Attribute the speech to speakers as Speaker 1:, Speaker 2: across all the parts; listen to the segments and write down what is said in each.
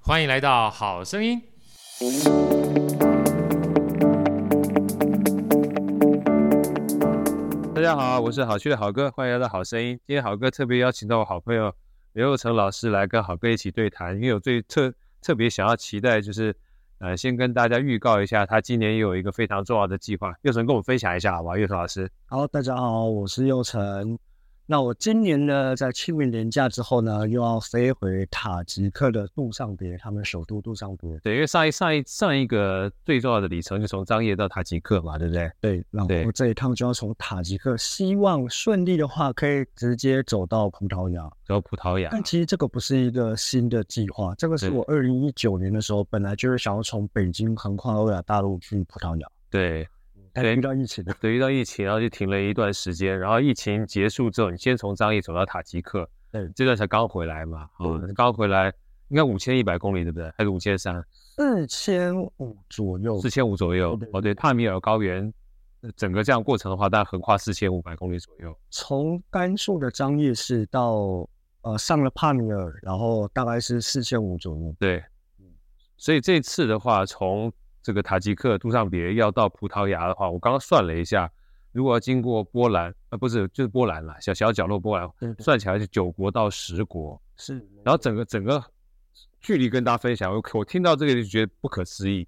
Speaker 1: 欢迎来到《好声音》。
Speaker 2: 大家好，我是好趣的好哥，欢迎来到好声音。今天好哥特别邀请到我好朋友刘佑成老师来跟好哥一起对谈，因为我最特特别想要期待就是，呃，先跟大家预告一下，他今年也有一个非常重要的计划。佑成跟我们分享一下好不好？佑成老师，
Speaker 3: 好，大家好，我是佑成。那我今年呢，在清明年假之后呢，又要飞回塔吉克的杜尚别，他们首都杜尚别。
Speaker 2: 对，因为上一上一上一个最重要的里程就从张掖到塔吉克嘛，对不对？
Speaker 3: 对，然
Speaker 2: 对
Speaker 3: 后这一趟就要从塔吉克，希望顺利的话，可以直接走到葡萄牙。
Speaker 2: 然后葡萄牙，
Speaker 3: 但其实这个不是一个新的计划，这个是
Speaker 2: 对
Speaker 3: 我二零一九年的时候，本来就是想要从北京横跨欧亚大陆去葡萄牙，
Speaker 2: 对
Speaker 3: 但
Speaker 2: 对
Speaker 3: 遇到疫情了。
Speaker 2: 对，遇到疫情，然后就停了一段时间，然后疫情结束之后，你先从张掖走到塔吉克，
Speaker 3: 对
Speaker 2: 这段才刚回来嘛，啊、
Speaker 3: 对
Speaker 2: 刚回来应该五千一百公里对不对？还是五千三？
Speaker 3: 四千五左右
Speaker 2: 四，千五左右
Speaker 3: 嗯对对。
Speaker 2: 哦，对，帕米尔高原呃整个这样过程的话，大概横跨四千五百公里左右。
Speaker 3: 从甘肃的张掖市到呃上了帕米尔，然后大概是四千五左右。
Speaker 2: 对，
Speaker 3: 嗯
Speaker 2: 所以这次的话，从这个塔吉克杜尚别要到葡萄牙的话，我刚刚算了一下，如果要经过波兰，呃，不是，就是波兰啦，小小角落波兰，
Speaker 3: 对对
Speaker 2: 算起来是九国到十国，
Speaker 3: 是，
Speaker 2: 然后整个整个距离跟大家分享，我我听到这个就觉得不可思议。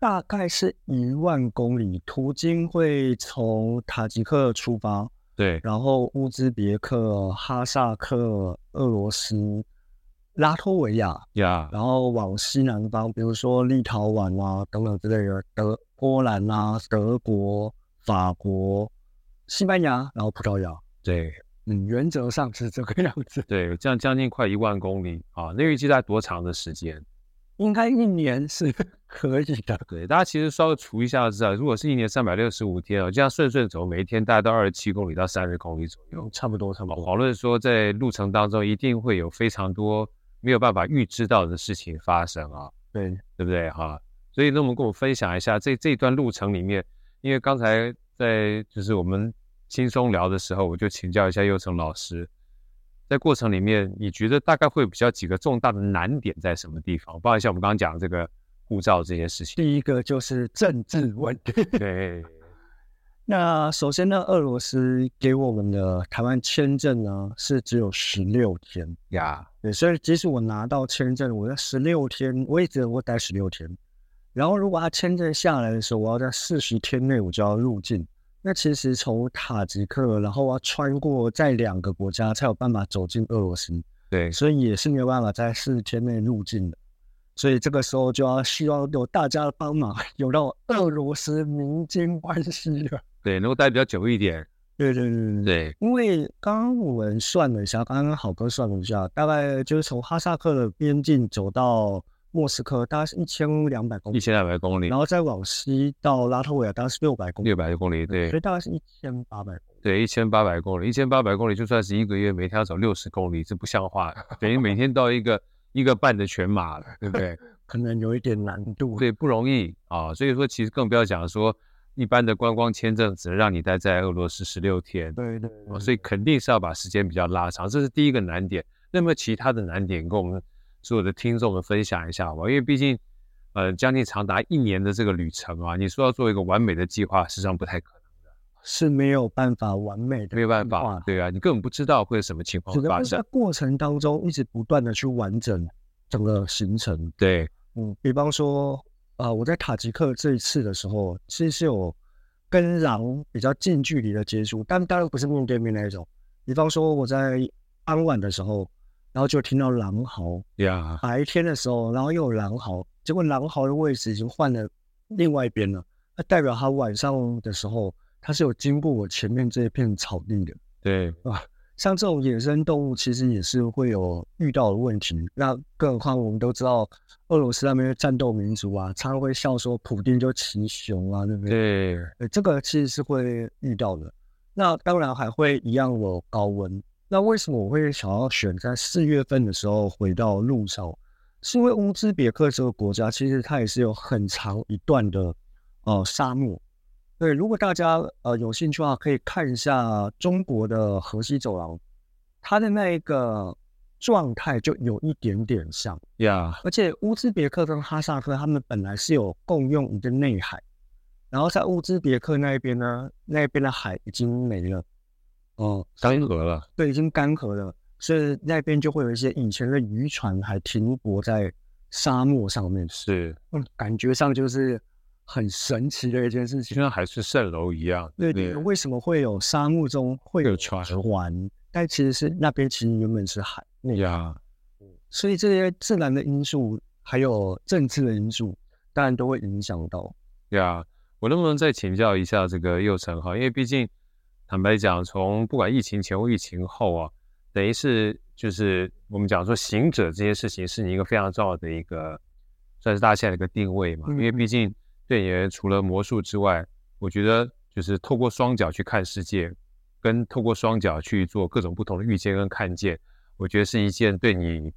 Speaker 3: 大概是一万公里，途经会从塔吉克出发，
Speaker 2: 对，
Speaker 3: 然后乌兹别克、哈萨克、俄罗斯、拉脱维亚，
Speaker 2: 呀，
Speaker 3: 然后往西南方，比如说立陶宛啊等等之类的，德波兰啊、德国、法国、西班牙，然后葡萄牙。
Speaker 2: 对
Speaker 3: 嗯，原则上是这个样子。
Speaker 2: 对，这样将近快一万公里啊，那预计大概多长的时间？
Speaker 3: 应该一年是 可以的。
Speaker 2: 对，大家其实稍微除一下就知道，如果是一年三百六十五天啊，这样顺顺走，每一天大概到二十七公里到三十公里左右。
Speaker 3: 差不多，差不多。
Speaker 2: 讨论说，在路程当中一定会有非常多没有办法预知到的事情发生啊，
Speaker 3: 对，
Speaker 2: 对不对哈、所以，那我们跟我分享一下这这段路程里面，因为刚才在就是我们轻松聊的时候，我就请教一下佑成老师，在过程里面，你觉得大概会比较几个重大的难点在什么地方？包括像我们刚刚讲的这 个护照这些事情，
Speaker 3: 第一个就是政治问题。
Speaker 2: 对。
Speaker 3: 那首先呢，俄罗斯给我们的台湾签证呢是只有十六天，
Speaker 2: 呀，
Speaker 3: 对，所以即使我拿到签证，我在十六天，我也只能够待十六天。然后如果他签证下来的时候，我要在四十天内我就要入境。那其实从塔吉克，然后我要穿过在两个国家才有办法走进俄罗斯。
Speaker 2: 对
Speaker 3: 所以也是没有办法在四天内入境的。所以这个时候就要希望有大家的帮忙，有让俄罗斯民间关系的。
Speaker 2: 对，能够待比较久一点。
Speaker 3: 对对对对对。
Speaker 2: 对
Speaker 3: 因为刚刚我们算了一下，刚刚好哥算了一下，大概就是从哈萨克的边境走到莫斯科，大概是一千两百公
Speaker 2: 一
Speaker 3: 里，
Speaker 2: 千两百公里
Speaker 3: 然，后再往西到拉脱维亚，大概是六百公里
Speaker 2: 六，百公里，对
Speaker 3: 所以大概是一千八百公里。
Speaker 2: 对，一千八百公里，一千八百公里，就算是一个月，每天要走六十公里，这不像话，等于每天到一个一个半的全马了，对不对？
Speaker 3: 可能有一点难度，
Speaker 2: 对，不容易啊。所以说，其实更不要讲说一般的观光签证只能让你待在俄罗斯十六天，
Speaker 3: 对对
Speaker 2: 啊所以肯定是要把时间比较拉长，这是第一个难点。那么其他的难点，跟我们所有的听众们分享一下好吧？因为毕竟，呃，将近长达一年的这个旅程啊，你说要做一个完美的计划，实际上不太可能，
Speaker 3: 是没有办法完美的，
Speaker 2: 没有办法，对啊，你根本不知道会有什么情况
Speaker 3: 只
Speaker 2: 哦
Speaker 3: 能
Speaker 2: 发
Speaker 3: 够在
Speaker 2: 生。
Speaker 3: 过程当中一直不断的去完整整个行程。
Speaker 2: 对
Speaker 3: 嗯，比方说，呃，我在塔吉克这一次的时候，其实是有跟狼比较近距离的接触，但当然不是面对面那一种。比方说我在傍晚的时候，然后就听到狼嚎，
Speaker 2: 呀，
Speaker 3: 白天的时候，然后又有狼嚎，结果狼嚎的位置已经换了另外一边了，那代表它晚上的时候，它是有经过我前面这一片草地的。
Speaker 2: 对
Speaker 3: 像这种野生动物，其实也是会有遇到的问题。那更何况我们都知道，俄罗斯那边的战斗民族啊，常常会笑说普丁就骑熊啊，对不对？
Speaker 2: 对
Speaker 3: 对，这个其实是会遇到的。那当然还会一样有高温。那为什么我会想要选在四月份的时候回到路上？是因为乌兹别克这个国家其实它也是有很长一段的呃沙漠。对，如果大家呃有兴趣的话，可以看一下中国的河西走廊，它的那一个状态就有一点点像。
Speaker 2: 呀，
Speaker 3: 而且乌兹别克跟哈萨克他们本来是有共用一个内海，然后在乌兹别克那一边呢，那边的海已经没了，哦、
Speaker 2: 干涸了，
Speaker 3: 对，已经干涸了，所以那边就会有一些以前的渔船还停泊在沙漠上面，
Speaker 2: 是
Speaker 3: 嗯，感觉上就是很神奇的一件事
Speaker 2: 就
Speaker 3: 情。
Speaker 2: 像海市蜃楼一样。
Speaker 3: 对，为什么会有沙漠中会
Speaker 2: 有
Speaker 3: 有
Speaker 2: 船
Speaker 3: 船？但其实是那边其实原本是海内海
Speaker 2: 呀，
Speaker 3: 所以这些自然的因素，还有政治的因素，当然都会影响到。
Speaker 2: 呀，我能不能再请教一下这个佑成哈？因为毕竟坦白讲，从不管疫情前或疫情后啊，等于是就是我们讲说行者这些事情是你一个非常重要的一个算是大家的一个定位嘛。因为毕竟对你而言，除了魔术之外，我觉得就是透过双脚去看世界，跟透过双脚去做各种不同的遇见跟看见，我觉得是一件对你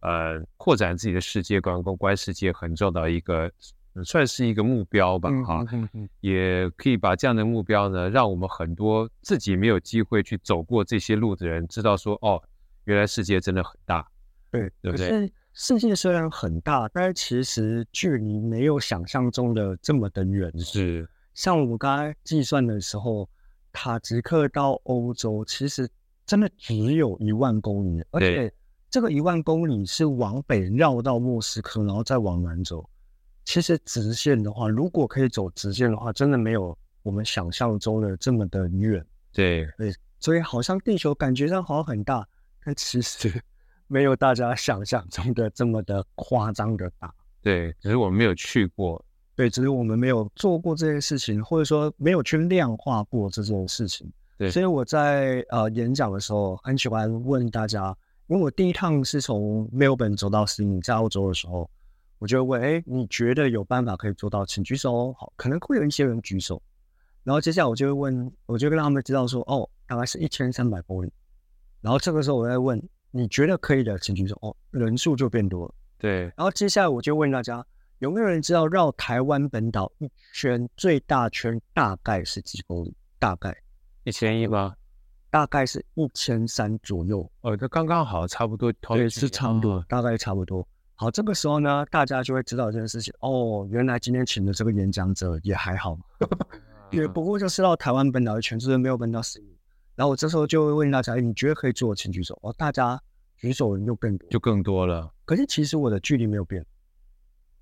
Speaker 2: 呃扩展自己的世界观、公观世界很重要的一个，嗯算是一个目标吧哈。
Speaker 3: 嗯嗯
Speaker 2: 也可以把这样的目标呢，让我们很多自己没有机会去走过这些路的人，知道说哦，原来世界真的很大。
Speaker 3: 嗯对，
Speaker 2: 对不
Speaker 3: 可
Speaker 2: 对
Speaker 3: 是世界虽然很大，但是其实距离没有想象中的这么的远。，
Speaker 2: 是
Speaker 3: 像我刚才计算的时候，塔吉克到欧洲其实真的只有一万公里，而
Speaker 2: 对
Speaker 3: 且这个一万公里是往北绕到莫斯科，然后再往南走。其实直线的话，如果可以走直线的话，真的没有我们想象中的这么的远。
Speaker 2: 对，
Speaker 3: 所以好像地球感觉上好像很大，但其实 没有大家想象中的这么的夸张的大。
Speaker 2: 对，只是我们没有去过。
Speaker 3: 对，只是我们没有做过这件事情，或者说没有去量化过这件事情。
Speaker 2: 对
Speaker 3: 所以我在呃演讲的时候很喜欢问大家，因为我第一趟是从墨尔本走到悉尼，在澳洲的时候，我就会问，哎，你觉得有办法可以做到，请举手哦。好，可能会有一些人举手，然后接下来我就会问，我就会让他们知道说，哦，大概是一千三百公里。然后这个时候我在问，你觉得可以的，请举手哦，人数就变多了。
Speaker 2: 对，
Speaker 3: 然后接下来我就问大家，有没有人知道绕台湾本岛一圈最大圈大概是几公里？大概
Speaker 2: 一千一吗？
Speaker 3: 大概是一千三左右，
Speaker 2: 哦，这刚刚好，差不多同一个距离。哦
Speaker 3: 大概差不多。好，这个时候呢，大家就会知道这件事情。哦，原来今天请的这个演讲者也还好，也不过就是绕台湾本岛一圈，就是没有本岛十一。然后我这时候就会问大家，你觉得可以做，请举手。哦，大家举手的人就更多，
Speaker 2: 就更多了。
Speaker 3: 可是其实我的距离没有变，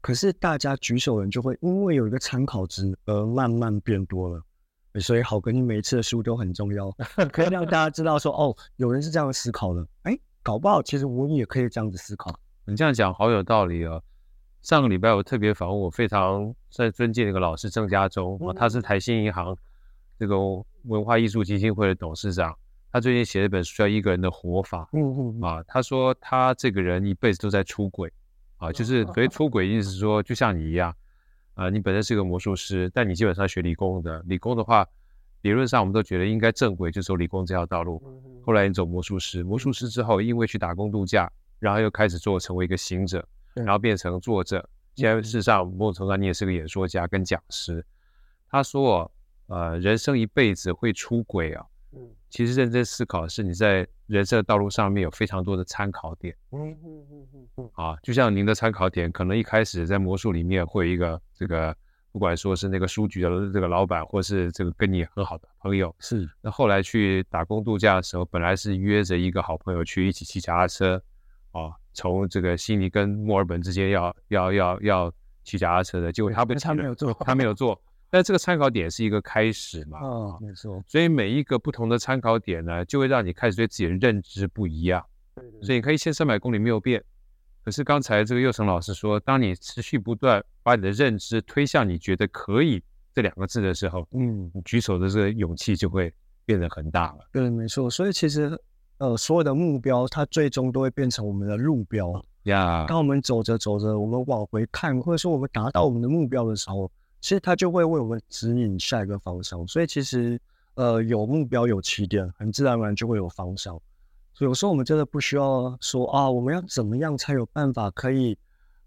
Speaker 3: 可是大家举手人就会因为有一个参考值而慢慢变多了，所以好跟你每一次的书都很重要，可以让大家知道说哦，有人是这样思考的，哎，搞不好其实我也可以这样子思考。
Speaker 2: 你这样讲好有道理哦。上个礼拜我特别访问我非常算尊敬的一个老师郑家忠啊，
Speaker 3: 嗯
Speaker 2: 他是台新银行这个文化艺术基金会的董事长，他最近写了一本书叫《一个人的活法》。
Speaker 3: 嗯嗯
Speaker 2: 啊，他说他这个人一辈子都在出轨，啊，就是所谓出轨，意思是说就像你一样，啊，你本身是个魔术师，但你基本上学理工的，理工的话，理论上我们都觉得应该正轨就走理工这条道路，
Speaker 3: 嗯
Speaker 2: 后来你走魔术师，魔术师之后因为去打工度假，然后又开始做成为一个行者，
Speaker 3: 对
Speaker 2: 然后变成作者。现在
Speaker 3: 嗯
Speaker 2: 事实上某种程度上你也是个演说家跟讲师。他说，呃，人生一辈子会出轨啊，
Speaker 3: 嗯
Speaker 2: 其实认真思考是你在人生的道路上面有非常多的参考点
Speaker 3: 嗯嗯嗯
Speaker 2: 啊，就像您的参考点，可能一开始在魔术里面会有一个这个，不管说是那个书局的这个老板，或是这个跟你很好的朋友，
Speaker 3: 是
Speaker 2: 那后来去打工度假的时候，本来是约着一个好朋友去一起骑脚踏车，啊，从这个悉尼跟墨尔本之间要要要要骑脚踏车的，结果他不
Speaker 3: 对他
Speaker 2: 骑了
Speaker 3: 没有做
Speaker 2: 他没有做。但这个参考点是一个开始嘛，
Speaker 3: 啊，没错，
Speaker 2: 所以每一个不同的参考点呢，就会让你开始对自己的认知不一样。所以你看一千三百公里没有变，可是刚才这个佑成老师说，当你持续不断把你的认知推向你觉得可以这两个字的时候，
Speaker 3: 嗯。
Speaker 2: 你举手的这个勇气就会变得很大了。
Speaker 3: 对，没错。所以其实，呃，所有的目标，它最终都会变成我们的路标。
Speaker 2: 呀、
Speaker 3: 当我们走着走着，我们往回看，或者说我们达到我们的目标的时候，其实它就会为我们指引下一个方向。所以其实，呃，有目标有起点，很自然而然就会有方向。所以有时候我们真的不需要说啊，我们要怎么样才有办法可以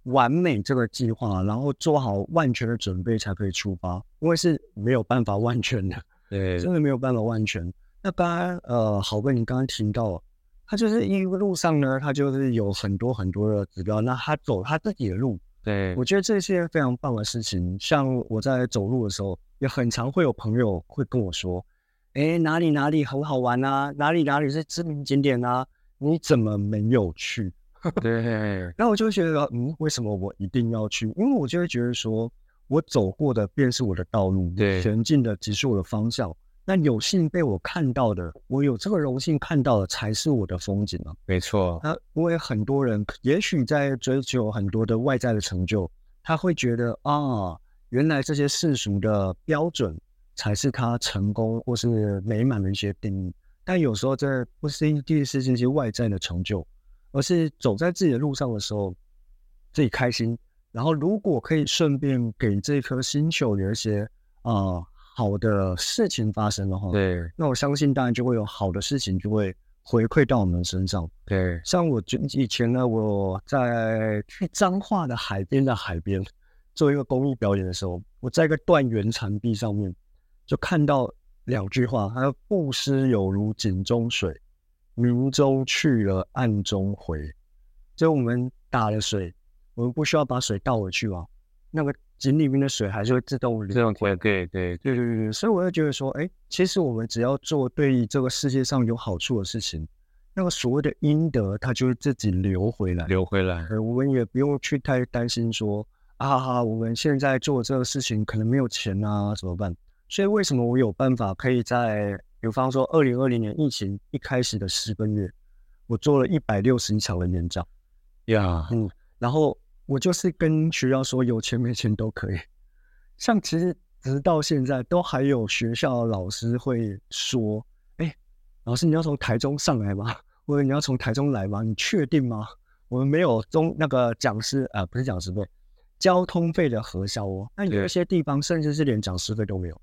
Speaker 3: 完美这个计划，然后做好万全的准备才可以出发，因为是没有办法万全的。
Speaker 2: 对
Speaker 3: 真的没有办法完全。那刚刚呃，好问你刚刚提到，它就是一个路上呢，它就是有很多很多的指标，那它走它自己的路，
Speaker 2: 对
Speaker 3: 我，觉得这是一件非常棒的事情。像我在走路的时候，也很常会有朋友会跟我说：“哎，哪里哪里很好玩啊，哪里哪里是知名景点啊，你怎么没有去
Speaker 2: 对，？”
Speaker 3: 然后我就会觉得，嗯，为什么我一定要去？因为我就会觉得说，我走过的便是我的道路，
Speaker 2: 对
Speaker 3: 前进的即是我的方向。那有幸被我看到的，我有这个荣幸看到的，才是我的风景啊。
Speaker 2: 没错，
Speaker 3: 那因为很多人也许在追求很多的外在的成就，他会觉得啊，原来这些世俗的标准才是他成功或是美满的一些定义。但有时候这不是一定是这些外在的成就，而是走在自己的路上的时候，自己开心。然后如果可以顺便给这颗星球有一些啊、好的事情发生的 话，
Speaker 2: 对
Speaker 3: 那我相信当然就会有好的事情就会回馈到我们身上。
Speaker 2: 对，
Speaker 3: 像我就以前呢，我在去彰化的海边的海边做一个公益表演的时候，我在一个断垣残壁上面就看到两句话，还有“布施有如井中水，明中去了暗中回”。就我们打了水，我们不需要把水倒回去啊，那个井里面的水还是会自动
Speaker 2: 这
Speaker 3: 流
Speaker 2: 种对对对
Speaker 3: 对对对对，所以我就觉得说，哎，其实我们只要做对这个世界上有好处的事情，那个所谓的阴德，它就会自己流回来。
Speaker 2: 流回来，
Speaker 3: 呃，我们也不用去太担心说，啊哈，我们现在做这个事情可能没有钱啊，怎么办？所以为什么我有办法可以在，比方说二零二零年疫情一开始的十个月，我做了一百六十一场的演讲，
Speaker 2: 呀，
Speaker 3: 然后我就是跟学校说，有钱没钱都可以。像其实直到现在，都还有学校的老师会说：“哎，老师你要从台中上来吗？或者你要从台中来吗？你确定吗？我们没有中那个讲师啊、呃不是讲师费，交通费的核销哦。那有
Speaker 2: 对
Speaker 3: 一些地方甚至是连讲师费都没有，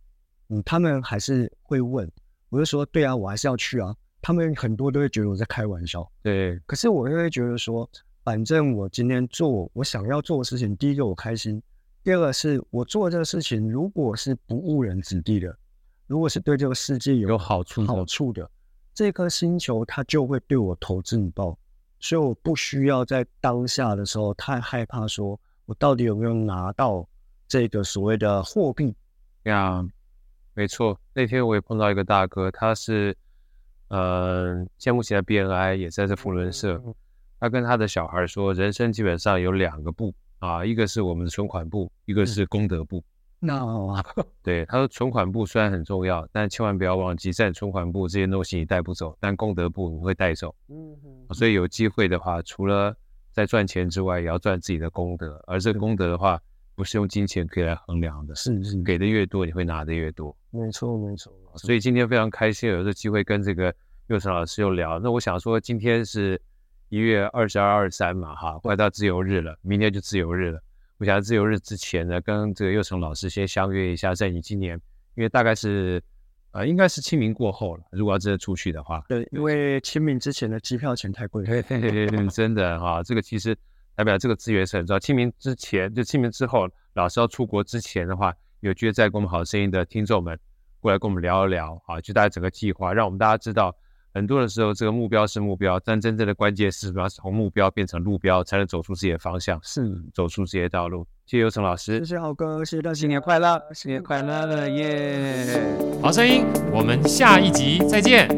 Speaker 3: 嗯，他们还是会问。我就说：对啊，我还是要去啊。他们很多都会觉得我在开玩笑。
Speaker 2: 对
Speaker 3: 可是我又会觉得说，反正我今天做我想要做的事情，第一个我开心，第二个是我做这个事情如果是不误人子弟的，如果是对这个世界有
Speaker 2: 有好处的
Speaker 3: 好处的，这颗星球它就会对我投资报，所以我不需要在当下的时候太害怕说我到底有没有拿到这个所谓的货币。
Speaker 2: 呀，没错。那天我也碰到一个大哥，他是呃，现目前的 BNI 也在这福伦社，他跟他的小孩说，人生基本上有两个部啊，一个是我们的存款部，一个是功德部。
Speaker 3: 那
Speaker 2: 对，他说存款部虽然很重要，但千万不要忘记，在你存款部这些东西你带不走，但功德部你会带走。啊所以有机会的话，除了在赚钱之外，也要赚自己的功德。而这个功德的话，不是用金钱可以来衡量的，
Speaker 3: 是是，
Speaker 2: 给的越多，你会拿的越多。
Speaker 3: 没错没错，
Speaker 2: 所以今天非常开心有这机会跟这个佑成老师又聊。那我想说，今天是一月二十二、二三嘛，哈，快到自由日了，明天就自由日了。我想自由日之前呢，跟这个佑成老师先相约一下，在你今年，因为大概是呃，应该是清明过后了，如果要真的出去的话，
Speaker 3: 对，因为清明之前的机票钱太贵
Speaker 2: 对
Speaker 3: 了。
Speaker 2: 对对，真的哈、这个其实代表这个资源是很重要。清明之前，就清明之后，老师要出国之前的话，有机会再跟我们好声音的听众们过来跟我们聊一聊啊，就大家整个计划，让我们大家知道，很多的时候这个目标是目标，但真正的关键是什么？从目标变成路标，才能走出自己的方向，
Speaker 3: 是，
Speaker 2: 走出自己的道路。谢谢尤成老师，
Speaker 3: 谢谢浩哥，谢谢大家，
Speaker 1: 新年快乐，新年快乐耶！
Speaker 4: 好声音，我们下一集再见。